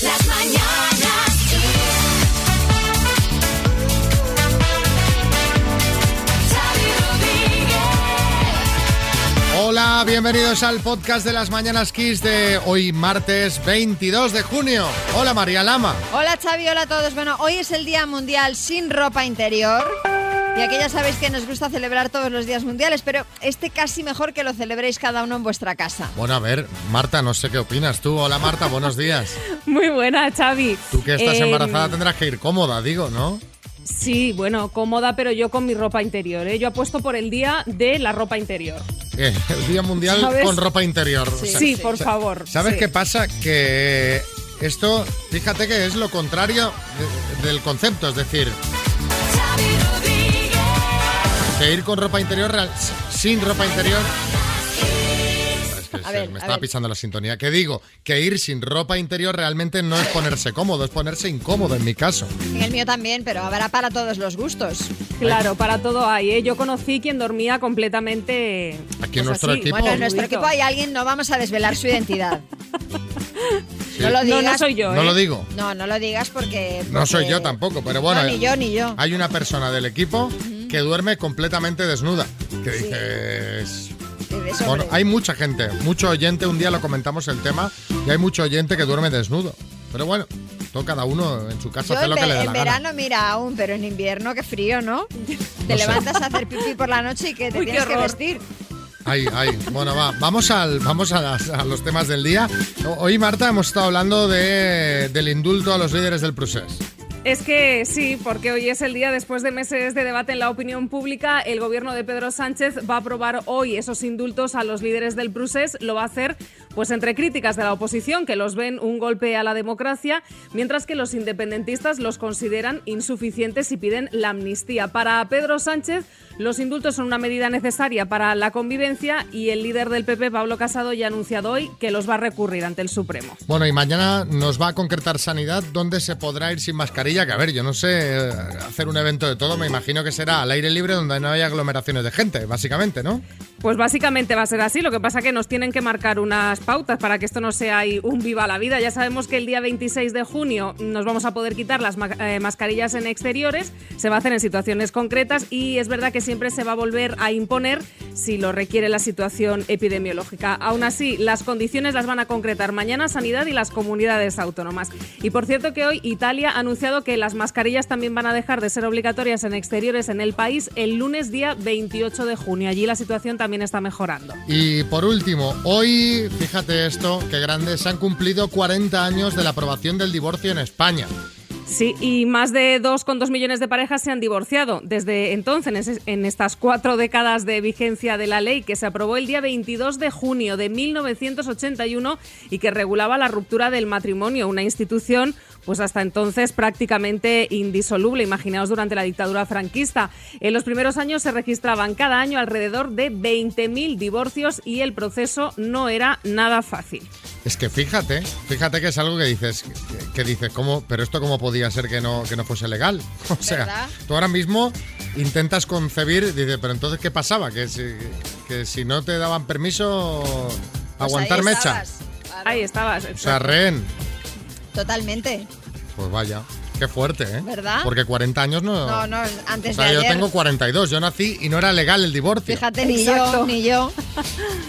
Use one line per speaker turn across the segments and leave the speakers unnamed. Las mañanas Kiss. Xavi Rodríguez.
Hola, bienvenidos al podcast de las Mañanas Kiss de hoy martes 22 de junio. Hola María Lama.
Hola Xavi, hola a todos. Bueno, hoy es el Día Mundial sin ropa interior. Y aquí ya sabéis que nos gusta celebrar todos los días mundiales, pero este casi mejor que lo celebréis cada uno en vuestra casa.
Bueno, a ver, Marta, no sé qué opinas tú. Hola Marta, buenos días.
Muy buena, Xavi.
Tú que estás
Eh,
embarazada tendrás que ir cómoda, digo, ¿no?
Sí, bueno, cómoda, pero yo con mi ropa interior. ¿eh? Yo apuesto por el día de la ropa interior.
Eh, El Día Mundial
¿Sabes?
con ropa interior. o sea,
sí, por favor.
¿Sabes
sí.
qué pasa? Que esto, fíjate que es lo contrario de- del concepto, es decir,
Xavi Rodríguez.
que ir con ropa interior, real- sin ropa interior. Es que
A
se-
ver,
me
a
estaba
ver.
pisando la sintonía. Que digo, que ir sin ropa interior realmente no es ponerse cómodo, es ponerse incómodo en mi caso.
En el mío también, pero habrá para todos los gustos.
Claro, para todo hay. ¿eh? Yo conocí quien dormía completamente. pues
Aquí en nuestro equipo.
bueno,
Pues Bueno, en nuestro equipo hay alguien, no vamos a desvelar su identidad.
Sí.
No lo
No,
digas.
no soy yo.
No
¿eh?
lo digo.
No, no lo digas porque...
No soy
porque-
yo tampoco, pero bueno.
No, ni
eh,
yo, ni yo.
Hay una persona del equipo que duerme completamente desnuda. Que dices.
Sí, de eso,
ah, Bueno,
hombre.
hay mucha gente, mucho oyente, un día lo comentamos el tema, y hay mucho oyente que duerme desnudo. Pero bueno, todo cada uno en su casa
Yo
hace
en,
lo que
ve-
le da
en
la gana.
verano mira aún, pero en invierno qué frío, ¿no? Te
No sé.
levantas a hacer pipí por la noche y que te
Uy, qué
tienes que
horror.
vestir.
Ay, ay. Bueno, va, vamos, al, vamos a, las- a los temas del día. O- Hoy, Marta, hemos estado hablando de, del indulto a los líderes del procés.
Es que sí, porque hoy es el día después de meses de debate en la opinión pública. El gobierno de Pedro Sánchez va a aprobar hoy esos indultos a los líderes del Prusés. Lo va a hacer, pues, entre críticas de la oposición, que los ven un golpe a la democracia, mientras que los independentistas los consideran insuficientes y piden la amnistía. Para Pedro Sánchez, los indultos son una medida necesaria para la convivencia y el líder del PP, Pablo Casado, ya ha anunciado hoy que los va a recurrir ante el Supremo.
Bueno, y mañana nos va a concretar Sanidad dónde se podrá ir sin mascarilla. Que a ver, yo no sé eh, hacer un evento de todo, me imagino que será al aire libre donde no haya aglomeraciones de gente, básicamente, ¿no?
Pues básicamente va a ser así, lo que pasa que nos tienen que marcar unas pautas para que esto no sea ahí un viva la vida. Ya sabemos que el día 26 de junio nos vamos a poder quitar las ma- eh, mascarillas en exteriores, se va a hacer en situaciones concretas y es verdad que siempre se va a volver a imponer si lo requiere la situación epidemiológica. Aún así, las condiciones las van a concretar mañana Sanidad y las comunidades autónomas. Y por cierto que hoy Italia ha anunciado que las mascarillas también van a dejar de ser obligatorias en exteriores en el país el lunes día 28 de junio. Allí la situación también está mejorando.
Y por último, hoy, fíjate esto, qué grande, se han cumplido 40 años de la aprobación del divorcio en España.
Sí, y más de 2,2 millones de parejas se han divorciado. Desde entonces, en es- en estas cuatro décadas de vigencia de la ley que se aprobó el día 22 de junio de 1981 y que regulaba la ruptura del matrimonio, una institución pues hasta entonces prácticamente indisoluble, imaginaos durante la dictadura franquista. En los primeros años se registraban cada año alrededor de 20.000 divorcios y el proceso no era nada fácil.
Es que fíjate, fíjate que es algo que dices, que, que dices, ¿cómo? Pero esto cómo podía ser que no, que no fuese legal. O sea,
¿Verdad?
tú ahora mismo intentas concebir, dices, pero entonces ¿qué pasaba? Que si, que si no te daban permiso
Pues
aguantar
ahí
mecha.
estabas. Claro,
Ahí estabas.
O sea, rehén.
Totalmente.
Pues vaya, qué fuerte, ¿eh?
¿Verdad?
Porque 40 años no...
No, no,
Oh. o
antes
sea,
de
yo
ayer.
tengo 42, yo nací y no era legal el divorcio.
Fíjate, ni yo,
Exacto.
ni yo.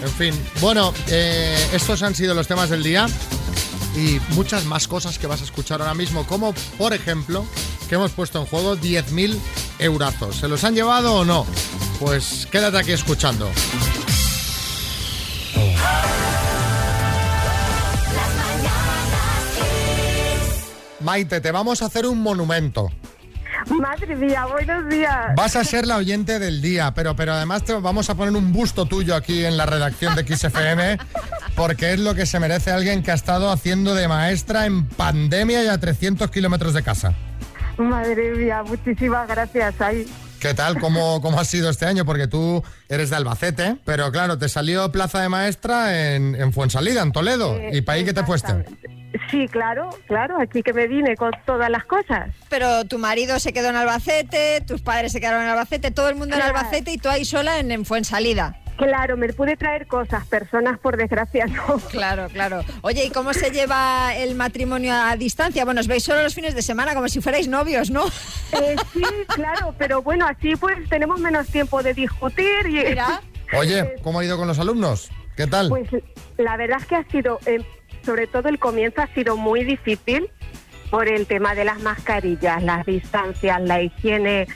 En fin, bueno, eh, estos han sido los temas del día y muchas más cosas que vas a escuchar ahora mismo, como por ejemplo que hemos puesto en juego 10.000 eurazos. ¿Se los han llevado o no? Pues quédate aquí escuchando. Maite, te vamos a hacer un monumento.
Madre mía, buenos días.
Vas a ser la oyente del día, pero, pero además te vamos a poner un busto tuyo aquí en la redacción de XFM, porque es lo que se merece alguien que ha estado haciendo de maestra en pandemia y a 300 kilómetros de casa.
Madre mía, muchísimas gracias. Ay,
¿Qué tal? ¿Cómo, ¿Cómo ha sido este año? Porque tú eres de Albacete, pero claro, te salió plaza de maestra en, en Fuensalida, en Toledo,
eh,
y para ahí que te fuiste.
exactamente. Sí, claro, claro, aquí que me vine con todas las cosas.
Pero tu marido se quedó en Albacete, tus padres se quedaron en Albacete, todo el mundo en
Claro.
Albacete y tú ahí sola en, en Fuensalida.
Claro, me pude traer cosas, personas por desgracia no.
Claro, claro. Oye, ¿y cómo se lleva el matrimonio a distancia? Bueno, os veis solo los fines de semana, como si fuerais novios, ¿no?
Eh, sí, claro, pero bueno, así pues tenemos menos tiempo de discutir y
Mira.
Oye, ¿cómo ha ido con los alumnos? ¿Qué tal?
pues la verdad es que ha sido, eh, sobre todo el comienzo ha sido muy difícil por el tema de las mascarillas, las distancias, la higiene,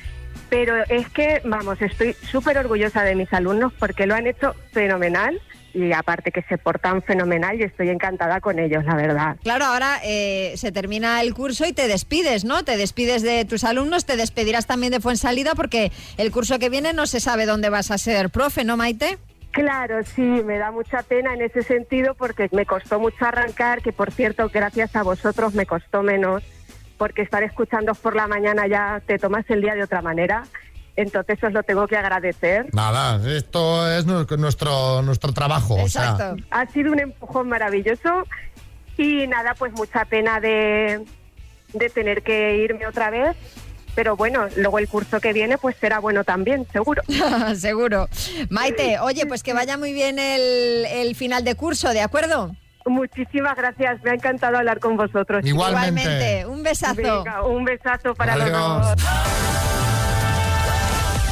pero es que, vamos, estoy súper orgullosa de mis alumnos porque lo han hecho fenomenal y aparte que se portan fenomenal y estoy encantada con ellos, la verdad.
Claro, ahora eh, se termina el curso y te despides, ¿no? Te despides de tus alumnos, te despedirás también de Fuensalida porque el curso que viene no se sabe dónde vas a ser profe, ¿no, Maite?
Claro, sí, me da mucha pena en ese sentido porque me costó mucho arrancar, que por cierto, gracias a vosotros me costó menos, porque estar escuchando por la mañana ya te tomas el día de otra manera, entonces os lo tengo que agradecer.
Nada, esto es nu- nuestro, nuestro trabajo. o sea,
Exacto.
Ha sido un empujón maravilloso y nada, pues mucha pena de, de tener que irme otra vez, pero bueno, luego el curso que viene pues será bueno también, seguro.
Seguro. Maite, oye, pues que vaya muy bien el, el final de curso, ¿de acuerdo?
Muchísimas gracias, me ha encantado hablar con vosotros.
igualmente.
Un besazo.
Venga, un besazo para los
Adiós.
dos.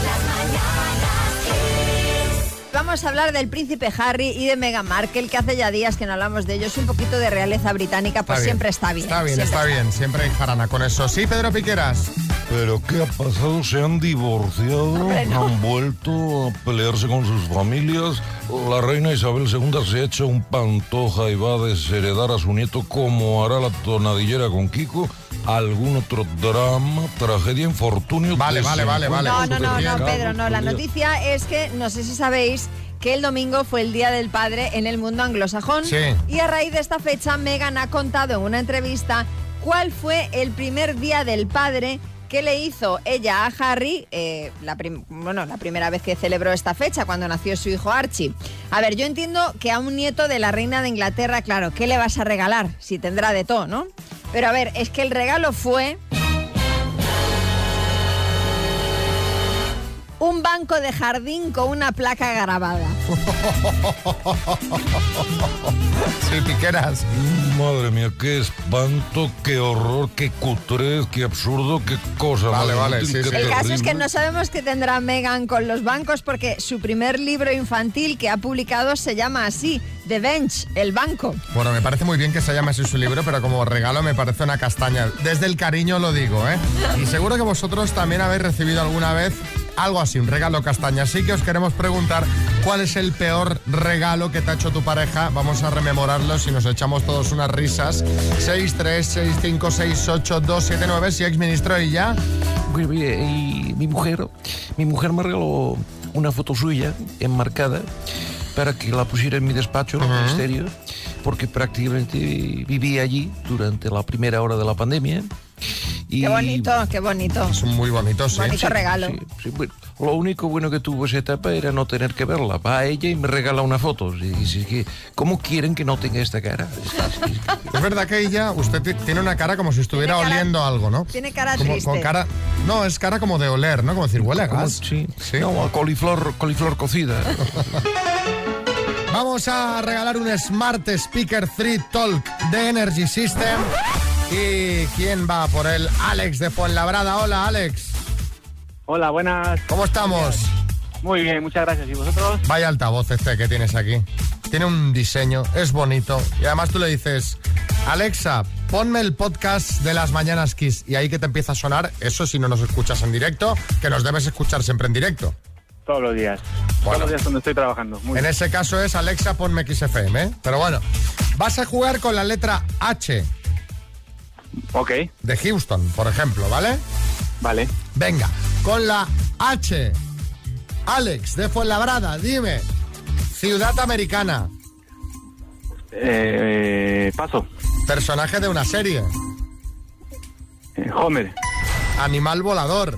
Las mañanas Kiss.
Vamos a hablar del príncipe Harry y de Meghan Markle, que hace ya días que no hablamos de ellos. Un poquito de realeza británica, pues
bien.
siempre está bien.
Está bien,
siempre
está bien. Siempre en jarana con eso. Sí, Pedro Piqueras.
¿Pero qué ha pasado? ¿Se han divorciado? ¿Han vuelto a pelearse con sus familias? La reina Isabel II se ha hecho un pantoja y va a desheredar a su nieto como hará la tonadillera con Kiko. ¿Algún otro drama, tragedia, infortunio?
Vale, vale, vale, vale.
No,
desencuentro,
no, no, no,
Bien.
desencargo,
Pedro, no. La
pelea?
noticia es que, no sé si sabéis, que el domingo fue el Día del Padre en el mundo anglosajón.
Sí.
Y a raíz de esta fecha, Megan ha contado en una entrevista cuál fue el primer Día del Padre que le hizo ella a Harry, eh, la prim- bueno, la primera vez que celebró esta fecha, cuando nació su hijo Archie. A ver, yo entiendo que a un nieto de la reina de Inglaterra, claro, ¿qué le vas a regalar? Si tendrá de todo, ¿no? Pero a ver, es que el regalo fue... un banco de jardín con una placa grabada.
Sí, Piqueras.
Madre mía, qué espanto, qué horror, qué cutrez, qué absurdo, qué cosa.
Vale,
más
vale,
inútil,
sí,
qué
sí.
El caso es que
terrible.
no sabemos qué tendrá Megan con los bancos porque su primer libro infantil que ha publicado se llama así, The Bench, el banco.
Bueno, me parece muy bien que se llame así su libro, pero como regalo me parece una castaña. Desde el cariño lo digo, ¿eh? Y seguro que vosotros también habéis recibido alguna vez algo así, un regalo castaña. Así que os queremos preguntar cuál es el peor regalo que te ha hecho tu pareja. Vamos a rememorarlo si nos echamos todos unas risas. 636568279, si exministro y ya.
Y mi mujer, mi mujer me regaló una foto suya enmarcada para que la pusiera en mi despacho, en el ministerio, porque prácticamente viví allí durante la primera hora de la pandemia. Y,
Qué bonito, qué bonito.
Son muy bonitos, ¿eh?
Bonito regalo.
Sí, sí, bueno, lo único bueno que tuvo esa etapa era no tener que verla. Va a ella y me regala una foto. Y dices que, ¿cómo quieren que no tenga esta cara? Es- es- es-
Es verdad que ella, usted ti- tiene una cara como si estuviera
Tiene cara-
oliendo algo, ¿no?
tiene cara
como,
triste.
Con cara, no, es cara como de oler, ¿no? Como decir, huele a
como-
gas.
Ah, sí. No, a coliflor, coliflor cocida.
Vamos a regalar un Smart Speaker 3 Talk de Energy System. ¿Y quién va por él? Alex de Fuenlabrada. Hola, Alex.
Hola, buenas.
¿Cómo estamos?
Muy bien, muchas gracias. ¿Y vosotros?
Vaya altavoz este que tienes aquí. Tiene un diseño, es bonito. Y además tú le dices, Alexa, ponme el podcast de las mañanas Kiss. Y ahí que te empieza a sonar, eso si no nos escuchas en directo, que nos debes escuchar siempre en directo.
Todos los días.
Bueno.
Todos los días donde estoy trabajando. Muy
En
bien.
ese caso es Alexa, ponme XFM. ¿eh? Pero bueno, vas a jugar con la letra H
Ok,
de Houston, por ejemplo, ¿vale?
vale.
Venga, con la H. Alex, de Fuenlabrada, dime. Ciudad americana.
Eh, eh, paso.
Personaje de una serie.
Eh, Homer.
Animal volador.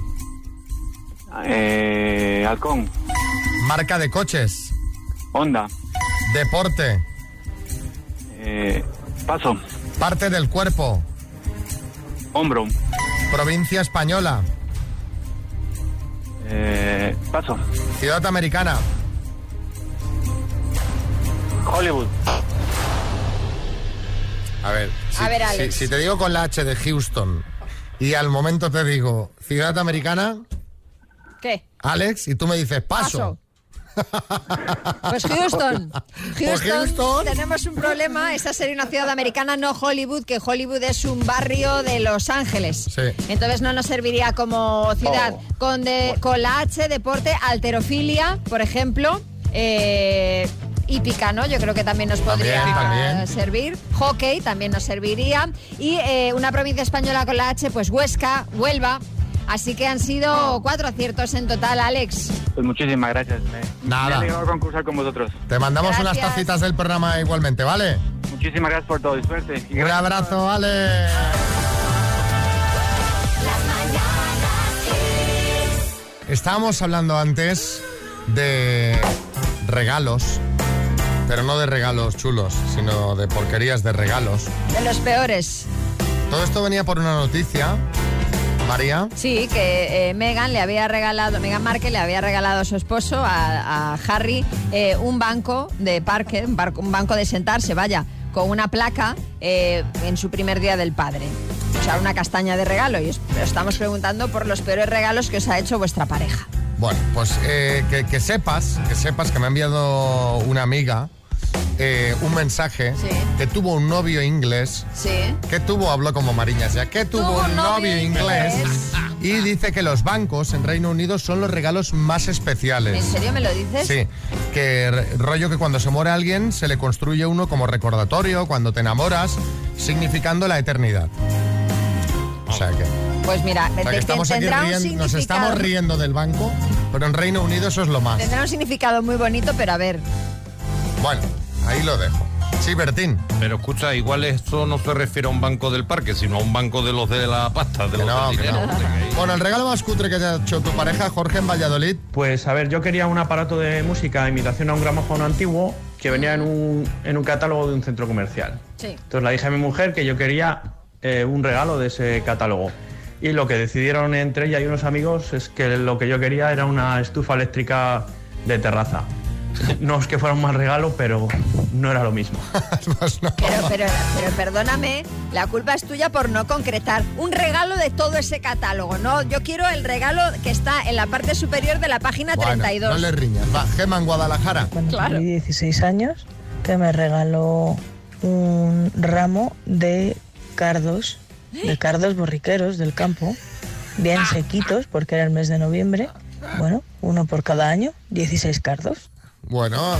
Eh, halcón.
Marca de coches.
Onda.
Deporte.
Eh, paso.
Parte del cuerpo.
Hombro.
Provincia española.
Eh, paso.
Ciudad americana.
Hollywood.
A ver, si,
A ver,
si-
Alex.
si te digo con la H de Houston y al momento te digo ciudad americana,
¿Qué?
Alex, y tú me dices paso.
Pues Houston.
Pues
Houston,
Houston.
Tenemos un problema. Esa sería una ciudad americana, no Hollywood, que Hollywood es un barrio de Los Ángeles.
Sí.
Entonces no nos serviría como ciudad.
Oh.
Con, de- con la H, deporte, alterofilia, por ejemplo. Eh, hípica, ¿no? Yo creo que también nos podría
También, también.
servir. Hockey también nos serviría. Y eh, una provincia española con la H, pues Huesca, Huelva. Así que han
Ah.
sido cuatro aciertos en total, Alex.
Pues muchísimas gracias. Me,
Nada.
me ha alegrado concursar con vosotros.
Te mandamos unas
Gracias.
tacitas del programa igualmente, ¿vale?
Muchísimas gracias por todo y suerte. Y
Un
gracias.
abrazo, Alex.
Las mañanas kiss.
Estábamos hablando antes de regalos, pero no de regalos chulos, sino de porquerías de regalos.
De los peores.
Todo esto venía por una noticia, María.
Sí, que Megan le había regalado, Megan Markle le había regalado a su esposo, a, a Harry, eh, un banco de parque, un, barco- un banco de sentarse, vaya, con una placa eh, en su primer día del padre. O sea, una castaña de regalo. Y os, os estamos preguntando por los peores regalos que os ha hecho vuestra pareja.
Bueno, pues eh, que, que sepas, que sepas que me ha enviado una amiga eh, un mensaje
Sí.
que tuvo un novio inglés
Sí.
que tuvo, habló como Mariñas ya, que tuvo,
Tuvo
un novio inglés y dice que los bancos en Reino Unido son los regalos más especiales.
¿En serio me lo dices?
Sí, que r- rollo que cuando se muere alguien se le construye uno como recordatorio cuando te enamoras, significando la eternidad. O sea que, o
Pues mira,
sea que
te-
estamos aquí
tendrá un
riendo, nos
significado-
estamos riendo del banco, pero en Reino Unido eso es lo más.
Tendrá un significado muy bonito, pero a ver,
Bueno, ahí lo dejo. Sí, Bertín,
Pero escucha, igual esto no se refiere a un banco del parque, sino a un banco de los de la pasta, de
que
los
no,
del
que no.
dinero.
Bueno, el regalo más cutre que te ha hecho tu pareja, Jorge, en Valladolid,
Pues a ver, yo quería un aparato de música de imitación a un gramófono antiguo que venía en un, en un catálogo de un centro comercial.
sí.
Entonces le dije a mi mujer que yo quería eh, un regalo de ese catálogo. Y lo que decidieron entre ella y unos amigos es que lo que yo quería era una estufa eléctrica de terraza. No es que fuera un mal regalo, pero no era lo mismo.
Pues no.
Pero, pero, pero perdóname, la culpa es tuya por no concretar un regalo de todo ese catálogo. No, yo quiero el regalo que está en la parte superior de la página
Bueno,
32.
no le riñas. Va, Gema en Guadalajara.
cuando
Claro.
cumplí 16 años, que me regaló un ramo de cardos,
¿Eh?
de cardos borriqueros del campo, bien
Ah.
sequitos porque era el mes de noviembre. Bueno, uno por cada año, 16 cardos.
Bueno,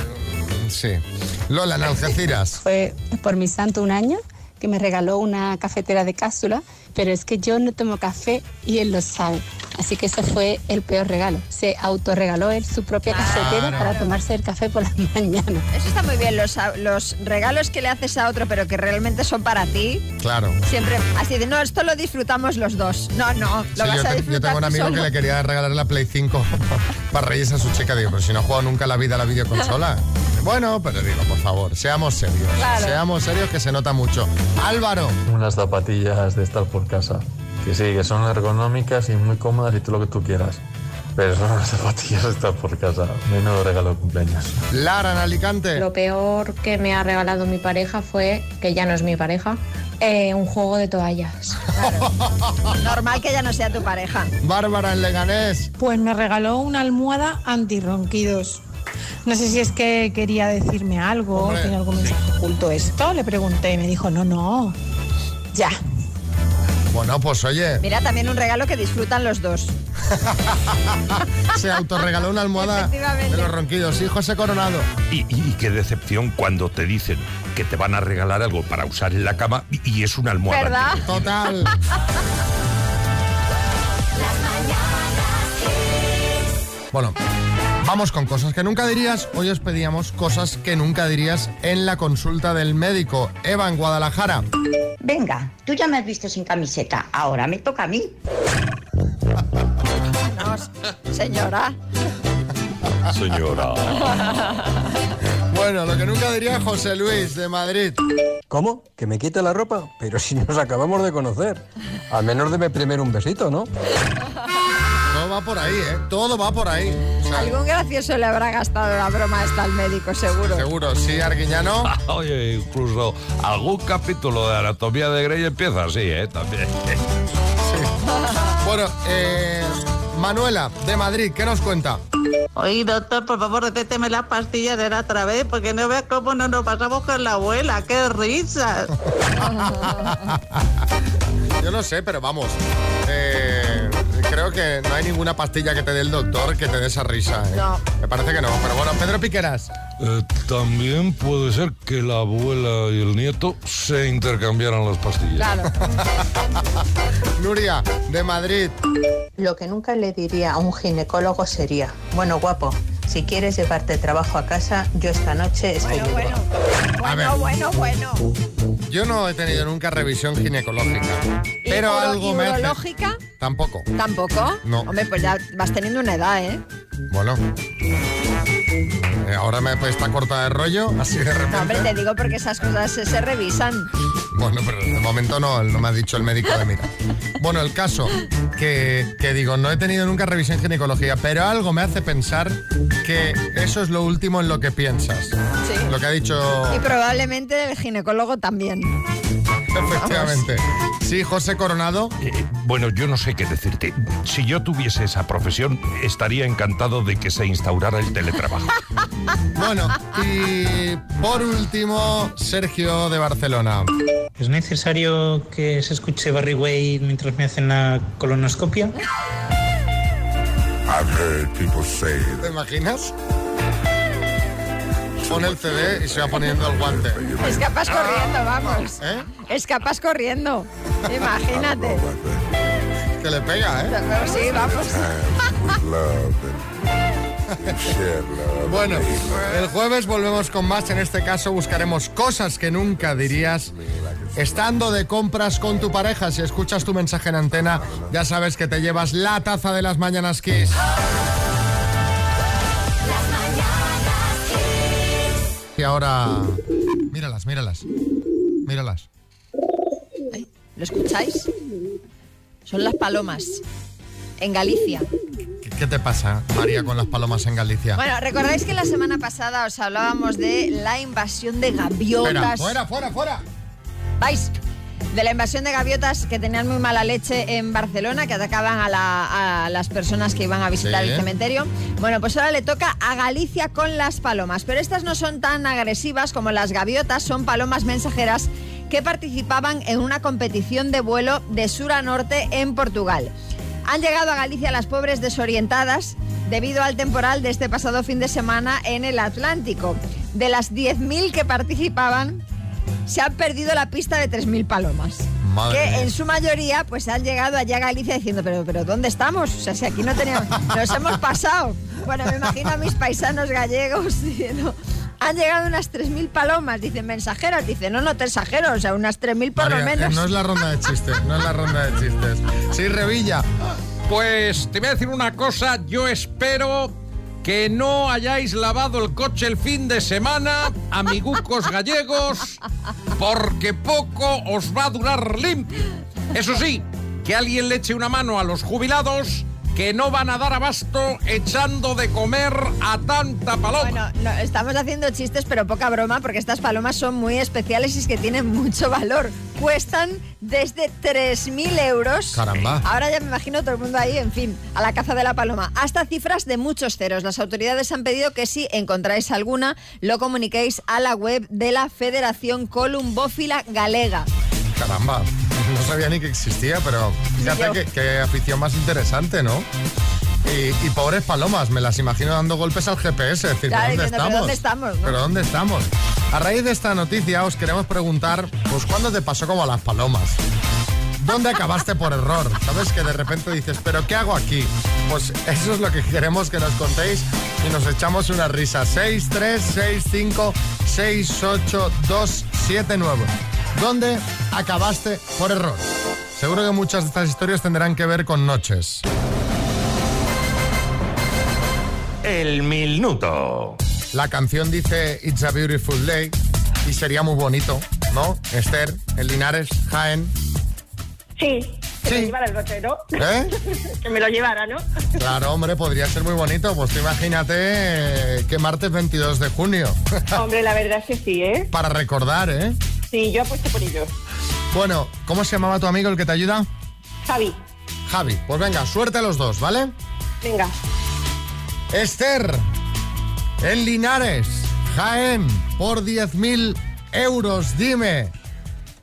eh, sí. Lola en Algeciras.
Fue por mi santo un año que me regaló una cafetera de cápsula, pero es que yo no tomo café y él lo sabe. Así que ese fue el peor regalo. Se autorregaló él su propia cafetera
Claro.
para tomarse el café por las mañanas.
Eso está muy bien, los, a- los regalos que le haces a otro pero que realmente son para ti.
Claro.
Siempre así de, no, esto lo disfrutamos los dos. No, no, lo
Sí,
vas
yo,
a
te- yo
disfrutar
tengo un
tú
amigo
solo.
que le quería regalar la Play 5 para reírse a su chica. Digo, pero si no juega nunca la vida a la videoconsola. Bueno, pero digo, por favor, seamos serios.
Claro.
Seamos serios que se nota mucho. Álvaro,
Unas zapatillas de estar por casa. Que sí, que son ergonómicas y muy cómodas y todo lo que tú quieras. Pero son unas zapatillas de estar por casa. Menudo regalo de cumpleaños.
Lara en Alicante.
Lo peor que me ha regalado mi pareja fue, que ya no es mi pareja, eh, un juego de toallas.
Normal que ya no sea tu pareja.
Bárbara en Leganés.
Pues me regaló una almohada antirronquidos. No sé si es que quería decirme algo,
Hombre. tiene
algún mensaje oculto esto. Le pregunté y me dijo, no, no, ya.
Bueno, pues oye,
Mira, también un regalo que disfrutan los dos.
se autorregaló una almohada
Efectivamente.
de los ronquidos. Sí, José Coronado.
Y, y qué decepción cuando te dicen que te van a regalar algo para usar en la cama y, y es una almohada.
¿Verdad?
Total.
Las mañanas kiss.
Bueno, vamos con cosas que nunca dirías. Hoy os pedíamos cosas que nunca dirías en la consulta del médico. Eva en Guadalajara.
Venga, tú ya me has visto sin camiseta, ahora me toca a mí.
No, señora.
Ah, Señora.
Bueno, lo que nunca diría José Luis de Madrid.
¿Cómo? ¿Que me quite la ropa? Pero si nos acabamos de conocer. Al menos debe primero un besito, ¿no?
No va por ahí, ¿eh? Todo va por ahí. O sea,
Algún gracioso le habrá gastado la broma hasta al médico, seguro.
Seguro, sí, Arguiñano.
Oye, incluso algún capítulo de Anatomía de Grey empieza así, ¿eh? También.
Bueno, eh, Manuela, de Madrid, ¿qué nos cuenta?
Oye, doctor, por favor, recéteme las pastillas de la otra vez, porque no veas cómo nos lo pasamos con la abuela. ¡Qué risa!
Yo no sé, pero vamos. eh, creo que no hay ninguna pastilla que te dé el doctor que te dé esa risa. ¿eh?
No.
Me parece que no. Pero bueno, Pedro Piqueras.
Eh, también puede ser que la abuela y el nieto se intercambiaran las pastillas.
Nuria, de Madrid.
Lo que nunca le diría a un ginecólogo sería, bueno, guapo, si quieres llevarte trabajo a casa, yo esta noche estoy libre".
A ver,
Bueno, bueno.
yo no he tenido nunca revisión ginecológica.
¿Y
Pero
uro-
algo
y
me hace-
urológica?
Tampoco.
¿Tampoco?
No.
Hombre, pues ya vas teniendo una edad, ¿eh?
Bueno. Eh, Ahora me está corta de rollo, así de
No, hombre,
repente.
te digo porque esas cosas se, se revisan.
Bueno, pero de momento no, no me ha dicho el médico de mira. Bueno, el caso que, que digo, no he tenido nunca revisión ginecología, pero algo me hace pensar que eso es lo último en lo que piensas. Lo que ha dicho
Y probablemente el ginecólogo también.
efectivamente. Sí, José Coronado.
Eh, Bueno, yo no sé qué decirte. Si yo tuviese esa profesión, estaría encantado de que se instaurara el teletrabajo.
Bueno, y por último, Sergio de Barcelona.
¿Es necesario que se escuche Barry Way mientras me hacen la colonoscopia?
¿Te imaginas? Pon el CD y se va poniendo el guante.
Escapas corriendo, vamos.
¿Eh?
Escapas corriendo. Imagínate.
Que le pega, ¿eh?
Pero sí, vamos.
Bueno, el jueves volvemos con más. En este caso buscaremos cosas que nunca dirías. Estando de compras con tu pareja, si escuchas tu mensaje en antena, ya sabes que te llevas la taza de las mañanas Kiss. Y ahora, míralas, míralas, míralas.
¿Lo escucháis? Son las palomas. En Galicia.
¿Qué, qué te pasa, María, con las palomas en Galicia?
Bueno, ¿recordáis que la semana pasada os hablábamos de la invasión de
Espera,
gaviotas?
fuera, fuera, fuera.
¿Vais? De la invasión de gaviotas que tenían muy mala leche en Barcelona, que atacaban a, la- a las personas que iban a visitar
Sí.
el cementerio. Bueno, pues ahora le toca a Galicia con las palomas. Pero estas no son tan agresivas como las gaviotas, son palomas mensajeras que participaban en una competición de vuelo de sur a norte en Portugal. Han llegado a Galicia las pobres desorientadas debido al temporal de este pasado fin de semana en el Atlántico. De las 10.000 que participaban, se han perdido la pista de 3.000 palomas.
Madre
que
mía.
en su mayoría pues han llegado allá a Galicia diciendo, pero, pero ¿dónde estamos? O sea, si aquí no teníamos, nos hemos pasado. Bueno, me imagino a mis paisanos gallegos diciendo, han llegado unas 3.000 palomas, dicen mensajeros, dicen, no, no, te exagero, o sea, unas 3.000 por lo
María, eh,
menos.
no es la ronda de chistes, no es la ronda de chistes. Sí, Revilla.
Pues te voy a decir una cosa, yo espero que no hayáis lavado el coche el fin de semana, amigucos gallegos, porque poco os va a durar limpio. Eso sí, que alguien le eche una mano a los jubilados que no van a dar abasto echando de comer a tanta paloma.
Bueno, no, estamos haciendo chistes, pero poca broma, porque estas palomas son muy especiales y es que tienen mucho valor. Cuestan desde 3.000 euros.
Caramba.
Ahora ya me imagino todo el mundo ahí, en fin, a la caza de la paloma. Hasta cifras de muchos ceros. Las autoridades han pedido que si encontráis alguna, lo comuniquéis a la web de la Federación Columbófila Galega.
Caramba, no sabía ni que existía, pero fíjate
yo.
que, que afición más interesante, ¿no? Y, y pobres palomas, me las imagino dando golpes al GPS, es decir,
Claro,
¿dónde
diciendo,
estamos?
¿pero dónde estamos, no?
¿Pero dónde estamos? A raíz de esta noticia os queremos preguntar, pues ¿cuándo te pasó como a las palomas? ¿Dónde acabaste por error? ¿Sabes que de repente dices, pero qué hago aquí? Pues eso es lo que queremos que nos contéis y nos echamos una risa. 6, 3, 6, 5, 6, 8, 2, 7, 9. ¿Dónde acabaste por error? Seguro que muchas de estas historias tendrán que ver con noches.
El minuto.
La canción dice It's a Beautiful Day y sería muy bonito, ¿no? Esther, en Linares, Jaén.
Sí,
Que me llevara el rotero.
¿Eh?
que me lo llevara, ¿no?
Claro, hombre, podría ser muy bonito. Pues tú imagínate eh, que martes 22 de junio.
Hombre, la verdad es que sí, ¿eh?
Para recordar, ¿eh?
Sí, yo apuesto por ello.
Bueno, ¿cómo se llamaba tu amigo el que te ayuda?
Javi,
Javi. Pues venga, suerte a los dos, ¿vale?
venga.
Esther, en Linares, Jaén, por 10.000 euros, dime,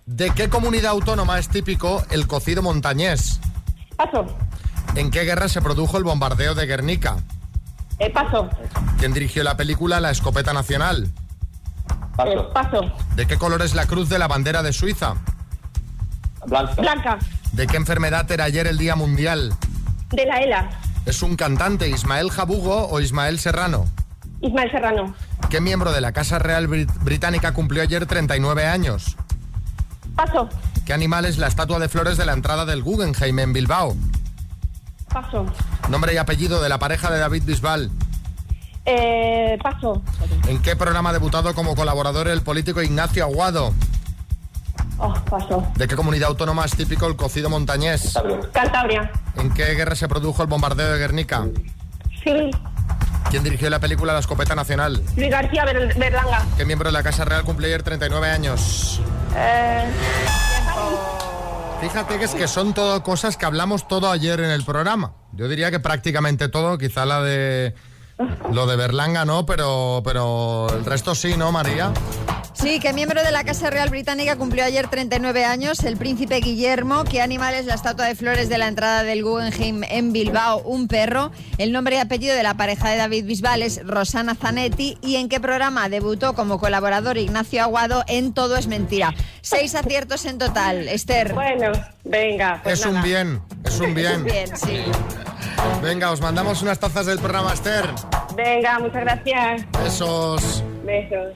¿de qué comunidad autónoma es típico el cocido montañés?
Paso.
¿En qué guerra se produjo el bombardeo de Guernica?
Eh, paso.
¿Quién dirigió la película La Escopeta Nacional?
Eh, paso.
¿De qué color es la cruz de la bandera de Suiza? Blanca.
Blanca.
¿De qué enfermedad era ayer el Día Mundial?
De la ELA.
¿Es un cantante Ismael Jabugo o Ismael Serrano?
Ismael Serrano.
¿Qué miembro de la Casa Real Brit- Británica cumplió ayer 39 años?
Paso.
¿Qué animal es la estatua de flores de la entrada del Guggenheim en Bilbao?
Paso.
Nombre y apellido de la pareja de David Bisbal.
Eh, paso.
¿En qué programa ha debutado como colaborador el político Ignacio Aguado?
Oh, paso.
¿De qué comunidad autónoma es típico el cocido montañés?
Cantabria.
¿En qué guerra se produjo el bombardeo de Guernica?
Sí.
¿Quién dirigió la película La escopeta nacional?
Luis García Ber- Berlanga.
¿Qué miembro de la Casa Real cumple ayer 39 años?
Eh,
Fíjate que es que son todo cosas que hablamos todo ayer en el programa. Yo diría que prácticamente todo, quizá la de lo de Berlanga no, pero pero el resto sí, ¿no, María?
Sí, que miembro de la Casa Real Británica cumplió ayer 39 años, el príncipe Guillermo, que animal es la estatua de flores de la entrada del Guggenheim en Bilbao, un perro, el nombre y apellido de la pareja de David Bisbal es Rosana Zanetti y en qué programa debutó como colaborador Ignacio Aguado en Todo es Mentira. Seis aciertos en total, Esther.
Bueno, venga. pues
es un bien, es un bien.
Pues Bien, sí.
Venga, os mandamos unas tazas del programa Esther.
venga, muchas gracias.
Besos.
Besos.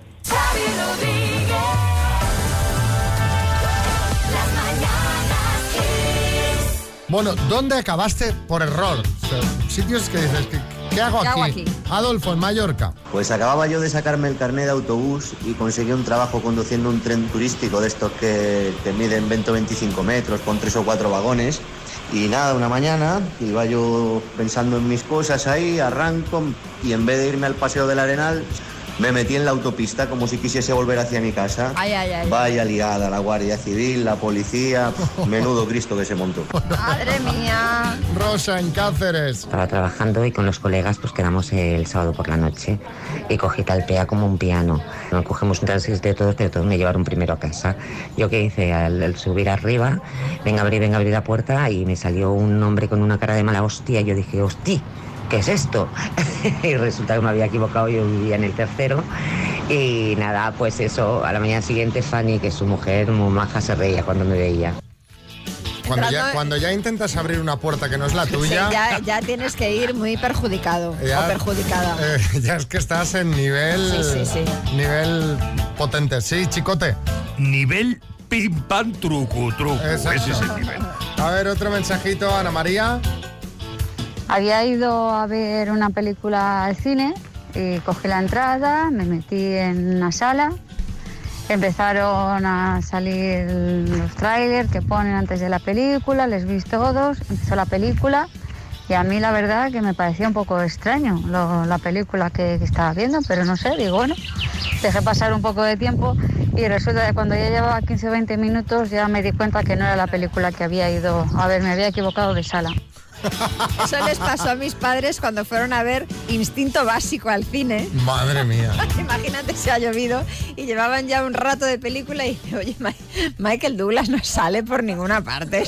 Bueno, ¿dónde acabaste por error? O sea, sitios que dices, ¿qué, qué hago,
¿Qué
aquí?
hago aquí?
Adolfo, en Mallorca.
Pues acababa yo de sacarme el carnet de autobús y conseguí un trabajo conduciendo un tren turístico de estos que, que miden 20 o 25 metros con tres o cuatro vagones. Y nada, una mañana iba yo pensando en mis cosas ahí, arranco y en vez de irme al Paseo del Arenal, me metí en la autopista como si quisiese volver hacia mi casa.
Ay, ay, ay.
Vaya liada, la Guardia Civil, la policía, menudo Cristo que se montó.
Madre mía.
Rosa, en Cáceres.
Estaba trabajando y con los colegas pues quedamos el sábado por la noche y cogí tal pea como un piano. Nos cogemos un taxi de todos, pero todos me llevaron primero a casa. Yo qué hice, al, al subir arriba, venga a abrir, venga a abrir la puerta y me salió un hombre con una cara de mala hostia. Yo dije, hostia. ¿Qué es esto? y resulta que me había equivocado, yo vivía en el tercero. Y nada, pues eso, a la mañana siguiente Fanny, que es su mujer muy maja, se reía cuando me veía.
Cuando ya,
Entrando-
cuando ya intentas abrir una puerta que no es la
Sí,
tuya,
ya, ya tienes que ir muy perjudicado
Ya-
o perjudicada.
eh, ya es que estás en nivel.
Sí, sí, sí.
Nivel potente. Sí, chicote.
Nivel pim pam truco, truco.
Exacto.
Ese es el nivel.
A ver, otro mensajito, Ana María.
Había ido a ver una película al cine y cogí la entrada, me metí en una sala. Empezaron a salir los trailers que ponen antes de la película, les vi todos, empezó la película y a mí la verdad que me parecía un poco extraño lo- la película que, que estaba viendo, pero no sé, digo, bueno, dejé pasar un poco de tiempo y resulta que cuando ya llevaba 15 o 20 minutos ya me di cuenta que no era la película que había ido a ver, me había equivocado de sala.
Eso les pasó a mis padres cuando fueron a ver Instinto Básico al cine.
Madre mía.
Imagínate si ha llovido y llevaban ya un rato de película y oye, Ma- Michael Douglas no sale por ninguna parte.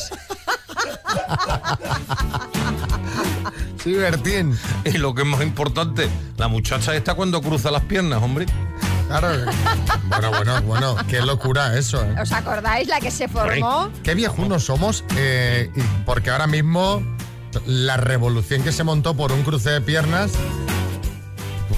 Sí, Bertín.
Y lo que es más importante, la muchacha está cuando cruza las piernas, hombre.
Claro. Bueno, bueno, bueno. Qué locura eso, ¿eh?
¿Os acordáis la que se formó?
Qué viejunos somos, eh, y porque ahora mismo la revolución que se montó por un cruce de piernas,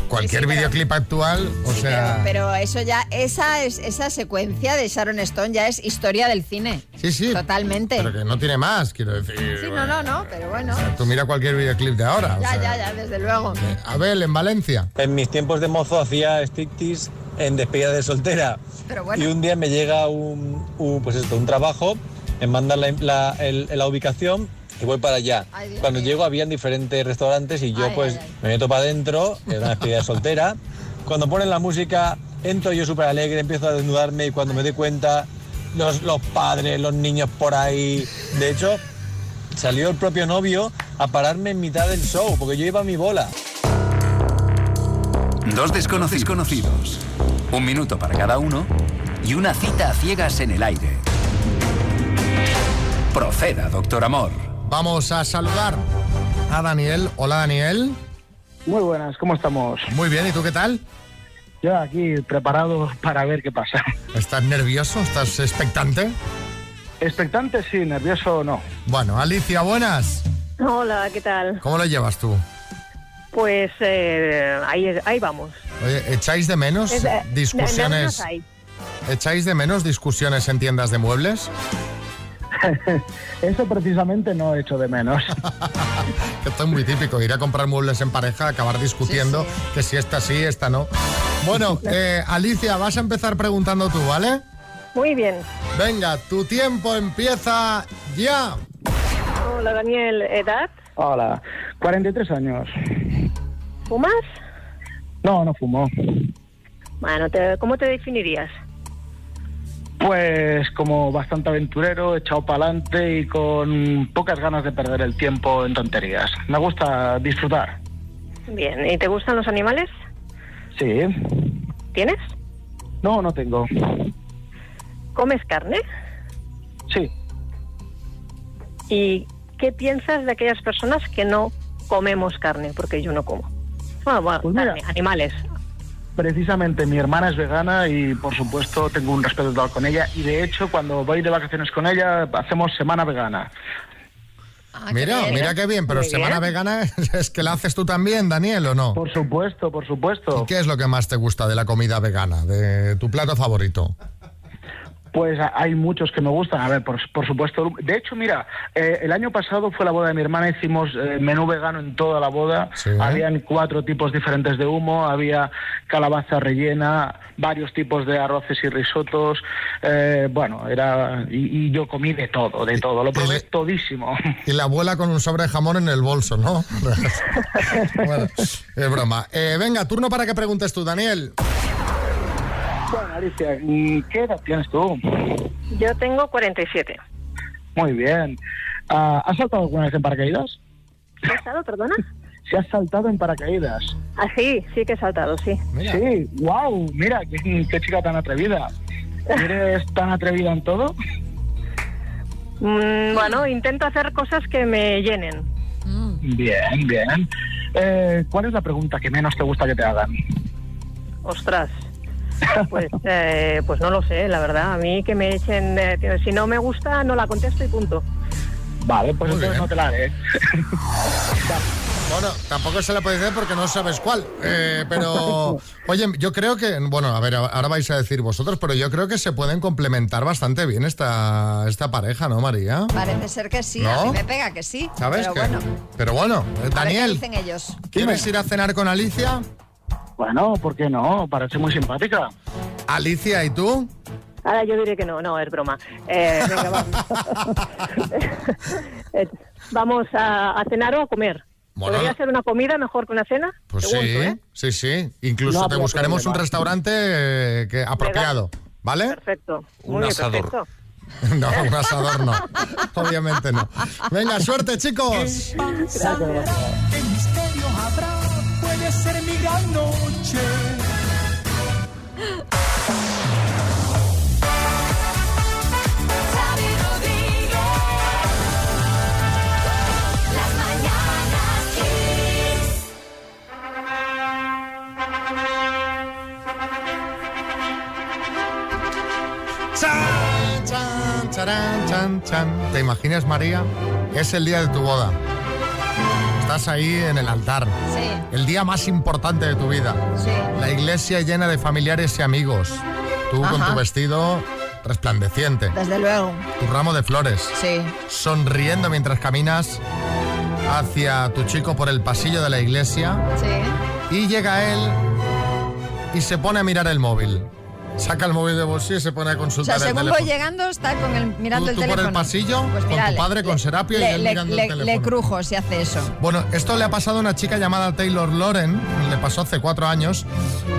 cualquier videoclip actual, o sea...
Pero eso ya, esa, es, esa secuencia de Sharon Stone ya es historia del cine.
Sí, sí.
Totalmente.
Pero que no tiene más, quiero decir.
Sí, no,
bueno,
no, no, pero bueno.
Tú mira cualquier videoclip de ahora. o
Ya,
sea. Eh,
ya, ya, desde luego.
Abel, en Valencia.
En mis tiempos de mozo hacía striptease en despedida de soltera.
Pero bueno.
Y un día me llega un, un, pues esto, un trabajo me mandan la, la- el- la ubicación y voy para allá.
Ay, Dios
Cuando llego habían diferentes restaurantes y yo
Ay,
pues
ay, ay.
me meto para adentro, era una despedida de soltera. Cuando ponen la música, entro yo súper alegre, empiezo a desnudarme y cuando me doy cuenta, los, los padres, los niños por ahí. De hecho, salió el propio novio a pararme en mitad del show, porque yo iba a mi bola.
Dos desconocidos conocidos. Un minuto para cada uno y una cita a ciegas en el aire. Proceda, doctor Amor.
Vamos a saludar a Daniel. Hola Daniel.
Muy buenas, ¿cómo estamos?
Muy bien, ¿y tú qué tal?
Ya aquí preparado para ver qué pasa.
¿Estás nervioso? ¿Estás expectante?
Expectante sí, nervioso no.
Bueno, Alicia, buenas.
Hola, ¿qué tal?
¿Cómo lo llevas tú?
Pues eh, ahí, ahí vamos.
Oye, ¿echáis de menos
Es, eh,
discusiones?
nervios hay.
¿Echáis de menos discusiones en tiendas de muebles?
Eso precisamente no echo de menos.
Que Esto es muy típico, ir a comprar muebles en pareja, acabar discutiendo que si esta sí, esta no. Bueno, eh, Alicia, vas a empezar preguntando tú, ¿vale?
Muy bien.
Venga, tu tiempo empieza ya.
Hola, Daniel. ¿Edad?
Hola, 43 años.
¿Fumas?
No, no fumo.
Bueno, te- ¿cómo te definirías?
Pues como bastante aventurero, echado para adelante y con pocas ganas de perder el tiempo en tonterías. Me gusta disfrutar.
Bien. ¿Y te gustan los animales?
Sí.
¿Tienes?
No, no tengo.
¿Comes carne?
Sí.
¿Y qué piensas de aquellas personas que no comemos carne? Porque yo no como. Bueno, bueno, carne, animales.
Precisamente mi hermana es vegana y por supuesto tengo un respeto total con ella y de hecho cuando voy de vacaciones con ella hacemos semana vegana.
mira,
Ah, bien. ¿eh?
mira qué bien, pero
Muy
semana
bien.
vegana es que la haces tú también, Daniel, ¿o no?
Por supuesto, por supuesto.
¿Y qué es lo que más te gusta de la comida vegana, de tu plato favorito?
Pues a- hay muchos que me gustan, a ver, por, por supuesto. De hecho, mira, eh, el año pasado fue la boda de mi hermana, hicimos eh, menú vegano en toda la boda. Habían cuatro tipos diferentes de humo, había calabaza rellena, varios tipos de arroces y risotos. eh, bueno, era y, y yo comí de todo, de todo, lo
Eh,
probé todísimo.
Y la abuela con un sobre de jamón en el bolso, ¿no? bueno, es broma. Eh, venga, turno para que preguntes tú, Daniel.
Bueno, Alicia, ¿y ¿qué edad tienes tú?
Yo tengo 47.
Muy bien. Ah, ¿Has saltado alguna vez en paracaídas?
¿Has saltado, perdona?
¿Se has saltado en paracaídas?
Ah, sí, sí que he saltado, sí.
Sí, wow, mira, qué, qué chica tan atrevida. ¿Eres tan atrevida en todo?
Mm, bueno, intento hacer cosas que me llenen.
Bien, bien. Eh, ¿Cuál es la pregunta que menos te gusta que te hagan?
Ostras. Pues, eh, pues no lo sé, la verdad. A mí que me echen. eh, tío, si no me gusta, no la contesto y punto.
Vale, pues entonces
bien.
no te la haré.
Bueno, tampoco se la puede hacer porque no sabes cuál. Eh, pero, oye, yo creo que, bueno, a ver, ahora vais a decir vosotros, pero yo creo que se pueden complementar bastante bien esta, esta pareja, ¿no, María?
Parece ser que sí, a
¿No?
mí me pega que sí.
¿Sabes?
pero
que-
bueno,
pero bueno, eh,
a ver qué
Daniel,
dicen ellos.
¿quieres ir a cenar con Alicia?
Bueno, ¿por qué no? Parece muy simpática.
Alicia, ¿y tú?
Ahora yo diré que no, no, es broma. Eh, venga, vamos. Eh, vamos a, a cenar o a comer.
Bueno,
¿Podría ser una comida mejor que una cena?
Pues sí,
Pregunto, ¿eh?
sí, sí. Incluso
No
te
habría
buscaremos un
problema.
restaurante eh, que, apropiado, ¿vale?
Perfecto.
Un
Muy bien,
asador.
perfecto.
No, un asador no. Obviamente no. Venga, suerte, chicos.
¿Qué misterio habrá? Puede ser mi gran noche. Xavi Rodríguez. Las mañanas Kiss.
Chan, chan, charán, chan, chan. ¿Te imaginas, María? Es el día de tu boda. Estás ahí en el altar.
Sí.
El día más importante de tu vida.
Sí.
La iglesia llena de familiares y amigos. Tú con
Ajá.
tu vestido resplandeciente.
Desde luego.
Tu ramo de flores.
Sí.
Sonriendo mientras caminas hacia tu chico por el pasillo de la iglesia.
Sí.
Y llega él y se pone a mirar el móvil. Saca el móvil de bolsillo y se pone a
O sea,
consultar el
según voy
teléfono.
llegando, está con el, mirando
Tú-
el
tú por
teléfono. Pues
el pasillo, con tu
mira,
padre, con Serapio y él
le-
mirando el
le-
teléfono.
Le crujo si hace eso.
Bueno, esto le ha pasado a una chica llamada Taylor Loren, le pasó hace cuatro años,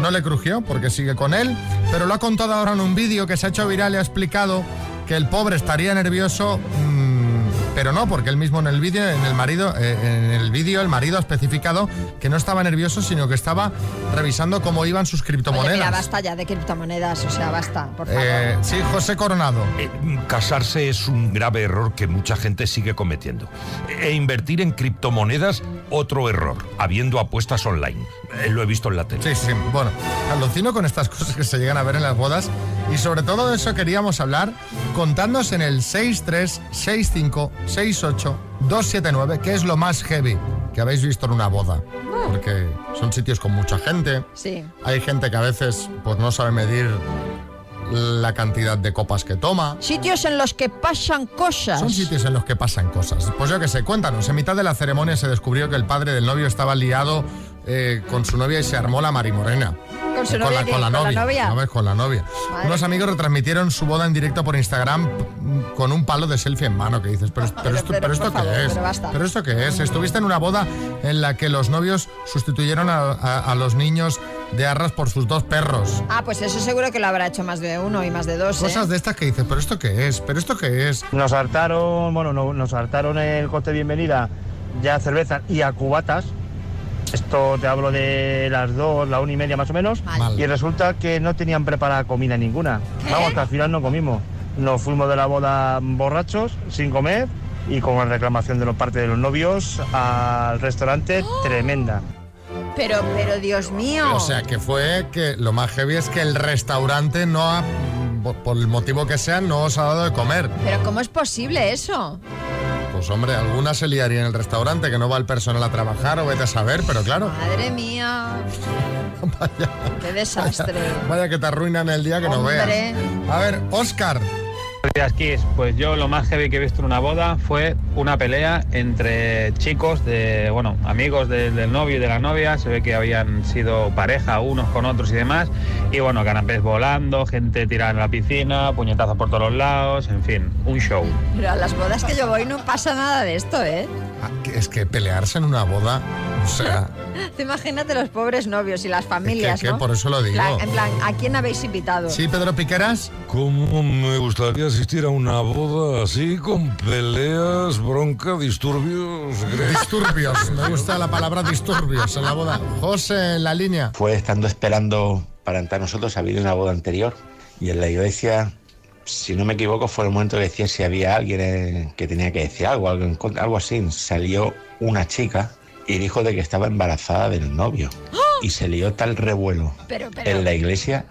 no le crujió porque sigue con él, pero lo ha contado ahora en un vídeo que se ha hecho viral y ha explicado que el pobre estaría nervioso, mm, pero no, porque él mismo en el vídeo, en el marido, eh, en el vídeo, el marido ha especificado que no estaba nervioso, sino que estaba revisando cómo iban sus
Oye, mira,
criptomonedas.
basta ya de criptomonedas, o sea, basta, por favor.
Eh, sí, José Coronado.
Eh, Casarse es un grave error que mucha gente sigue cometiendo. E invertir en criptomonedas, otro error, habiendo apuestas online. Eh, Lo he visto en la tele.
Sí, sí, bueno, alucino con estas cosas que se llegan a ver en las bodas y sobre todo de eso queríamos hablar contándonos en el 636568279, que es lo más heavy que habéis visto en una boda, porque son sitios con mucha gente.
Sí.
Hay gente que a veces pues no sabe medir la cantidad de copas que toma.
Sitios en los que pasan cosas.
Son sitios en los que pasan cosas. Pues yo qué sé, cuéntanos. En mitad de la ceremonia se descubrió que el padre del novio estaba liado eh, con su novia y se armó la marimorena.
Con su
Eh,
novia, ¿qué? ¿Con la novia?
¿no ves? Con la novia.
Madre.
Unos amigos retransmitieron su boda en directo por Instagram p- con un palo de selfie en mano que dices, pero, pero esto,
pero,
pero esto
por
qué
favor,
es?
pero basta.
Pero esto qué es? Estuviste en una boda en la que los novios sustituyeron a, a- a los niños de arras por sus dos perros.
Ah, pues eso seguro que lo habrá hecho más de uno y más de dos. ¿eh?
Cosas de estas que dices, pero esto qué es? Pero esto qué es?
Nos hartaron, bueno, no- nos hartaron el coste de bienvenida ya a cerveza y a cubatas. Esto te hablo de las dos, la una y media más o menos. Y resulta que no tenían preparada comida ninguna. Vamos, que al final no comimos. Nos fuimos de la boda borrachos, sin comer y con la reclamación de los parte de los novios al restaurante tremenda.
Pero, pero Dios mío.
O sea, que fue que lo más heavy es que el restaurante no ha, por- por el motivo que sea, no os ha dado de comer.
Pero ¿cómo es posible eso?
Pues hombre, alguna se liaría en el restaurante, que no va el personal a trabajar o vete a saber, pero claro,
Madre mía. Qué desastre.
vaya que te arruinan el día que no veas.
Hombre.
A ver, Oscar.
Buenos días, Kiss. Pues yo lo más heavy que he visto en una boda fue una pelea entre chicos de, bueno, amigos de- del novio y de la novia. Se ve que habían sido pareja unos con otros y demás. Y bueno, canapés volando, gente tirada en la piscina, puñetazos por todos los lados, en fin, un show.
Pero a las bodas que yo voy no pasa nada de esto, ¿eh?
Que Es que pelearse en una boda, o sea,
Tú imagínate los pobres novios y las familias,
que
¿no?
por eso lo digo.
Plan- en plan, ¿a quién habéis invitado?
Pedro Piqueras.
¿Cómo me gustaría asistir a una boda así, con peleas, bronca, disturbios?
Disturbios, me gusta la palabra disturbios en la boda. José, en la línea.
fue estando esperando para entrar nosotros, había una boda anterior y en la iglesia, si no me equivoco, fue el momento de decir si había alguien eh, que tenía que decir algo, algo, en contra- algo así. Salió una chica y dijo de que estaba embarazada del novio y se lió tal revuelo
Pero,
en la iglesia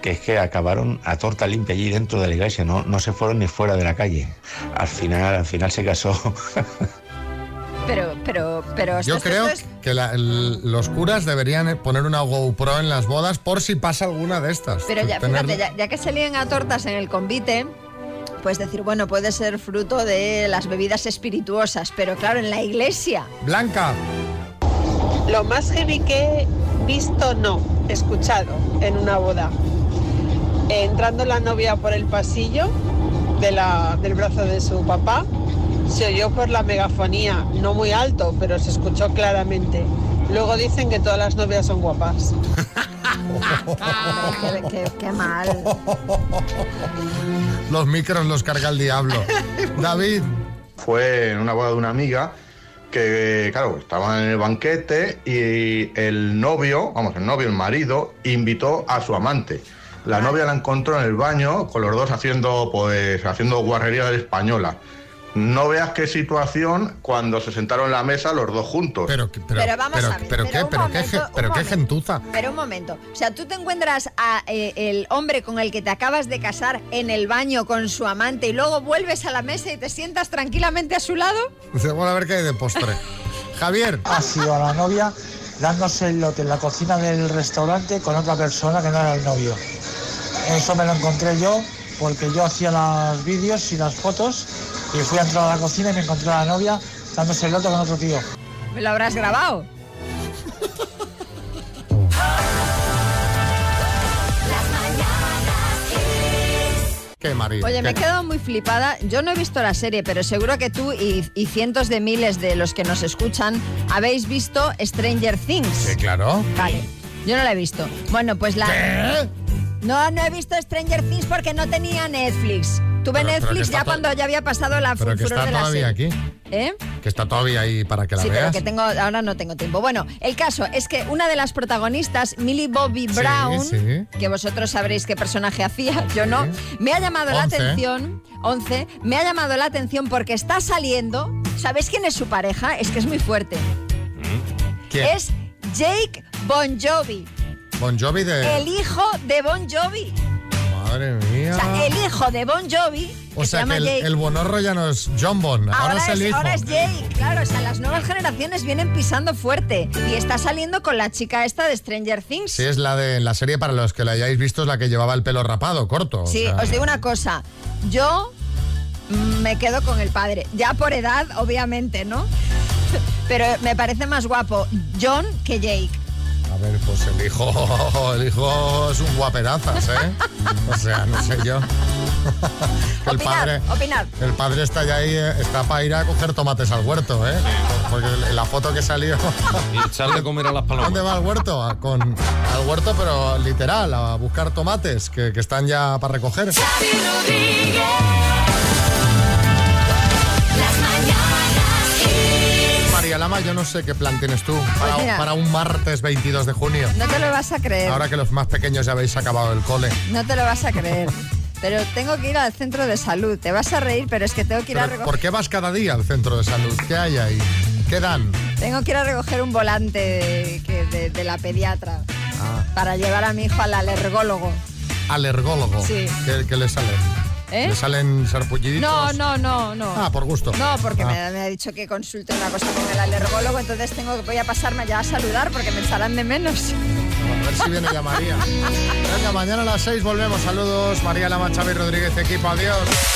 que es que acabaron a torta limpia allí dentro de la iglesia, no, no se fueron ni fuera de la calle. Al final, al final se casó
Pero, pero, pero...
Yo
Pues esto-
creo
esto es-
que la- el- los curas deberían poner una GoPro en las bodas por si pasa alguna de estas.
Pero ya,
Tener-
fíjate, ya, ya que se lían a tortas en el convite, puedes decir, bueno, puede ser fruto de las bebidas espirituosas, pero claro, en la iglesia.
Blanca.
Lo más heavy que he visto, no, escuchado en una boda. Eh, Entrando la novia por el pasillo de la- del brazo de su papá, se oyó por la megafonía, no muy alto, pero se escuchó claramente. Luego dicen que todas las novias son guapas.
Qué, qué- qué mal.
Los micros los carga el diablo. David.
Fue en una boda de una amiga que, claro, estaban en el banquete y el novio, vamos, el novio, el marido, invitó a su amante. La novia la encontró en el baño con los dos haciendo, pues, haciendo guarrería de la española. No veas qué situación cuando se sentaron en la mesa los dos juntos.
Pero,
Pero vamos a ver, pero
qué, pero
un
qué,
momento,
gen-
un
pero qué
momento.
gentuza.
Pero un momento, o sea, tú te encuentras a eh, el hombre con el que te acabas de casar en el baño con su amante y luego vuelves a la mesa y te sientas tranquilamente a su lado.
Dice, "Oh, bueno, a ver qué hay de postre. Javier.
Ha sido a la novia dándose el lote en la cocina del restaurante con otra persona que no era el novio. Eso me lo encontré yo porque yo hacía los vídeos y las fotos y fui a entrar a la cocina y me encontré a la novia dándose el lote con otro tío.
¿Me pues lo habrás grabado?
Qué marido.
Oye, me he
qué-
quedado muy flipada. Yo no he visto la serie, pero seguro que tú y, y cientos de miles de los que nos escuchan habéis visto Stranger Things.
Sí, Eh, claro.
Vale, yo no la he visto. Bueno, pues la... No, no he visto Stranger Things porque no tenía Netflix.
Pero-
Tuve
pero
Netflix
que está to-
ya cuando ya había pasado la
Pero que
furor
está
de la
todavía
serie.
aquí.
¿Eh?
Que está todavía ahí para que la
sí, pero
veas.
que tengo, ahora no tengo tiempo. Bueno, el caso es que una de las protagonistas, Millie Bobby
Sí,
Brown,
sí.
que vosotros sabréis qué personaje hacía, yo no, me ha llamado la
Once.
atención, 11, me ha llamado la atención porque está saliendo, ¿sabéis quién es su pareja? Es que es muy fuerte.
¿Quién?
Es Jake Bon Jovi,
Bon Jovi de.
el hijo de Bon Jovi.
Madre mía.
O sea, el hijo de Bon Jovi, que
O sea,
se llama
que el,
Jake.
el bonorro ya no es John Bon, ahora, es el hijo.
ahora es Jake, claro. O sea, las nuevas generaciones vienen pisando fuerte. Y está saliendo con la chica esta de Stranger Things.
Sí, es la de en la serie para los que la hayáis visto, es la que llevaba el pelo rapado, corto. o
Sí,
sea. eh,
os digo una cosa. Yo mm, me quedo con el padre. Ya por edad, obviamente, ¿no? Pero me parece más guapo John que Jake.
A ver, pues el hijo, el hijo es un guaperazas, ¿eh? O sea, no sé yo. Que el padre,
Opinad.
el padre está ya ahí, eh, está para ir a coger tomates al huerto, ¿eh? Porque el- la foto que salió.
Y echarle a comer a las palomas.
¿Dónde va el huerto? A- con, al huerto, pero literal, a buscar tomates que, que están ya para recoger. María Lama, yo no sé qué plan tienes tú para,
Pues mira.
para un martes 22 de junio.
No te lo vas a creer.
Ahora que los más pequeños ya habéis acabado el cole.
No te lo vas a creer. Pero tengo que ir al centro de salud. Te vas a reír, pero es que tengo que ir a
Pero,
recoger.
¿Por qué vas cada día al centro de salud? ¿Qué hay ahí? ¿Qué dan?
Tengo que ir a recoger un volante de, que- de- de la pediatra para llevar a mi hijo al alergólogo.
Alergólogo.
Sí.
¿Qué, qué le sale?
¿Eh?
¿Le salen sarpulliditos?
No, no, no, no.
Ah, por gusto.
No, porque
Ah.
me, me ha dicho que consulte una cosa con el alergólogo, entonces tengo que voy a pasarme ya a saludar porque me echarán de menos.
A ver si viene ya María. Venga, mañana a las 6 volvemos. Saludos, María Lama, Xavi Rodríguez, equipo. Adiós.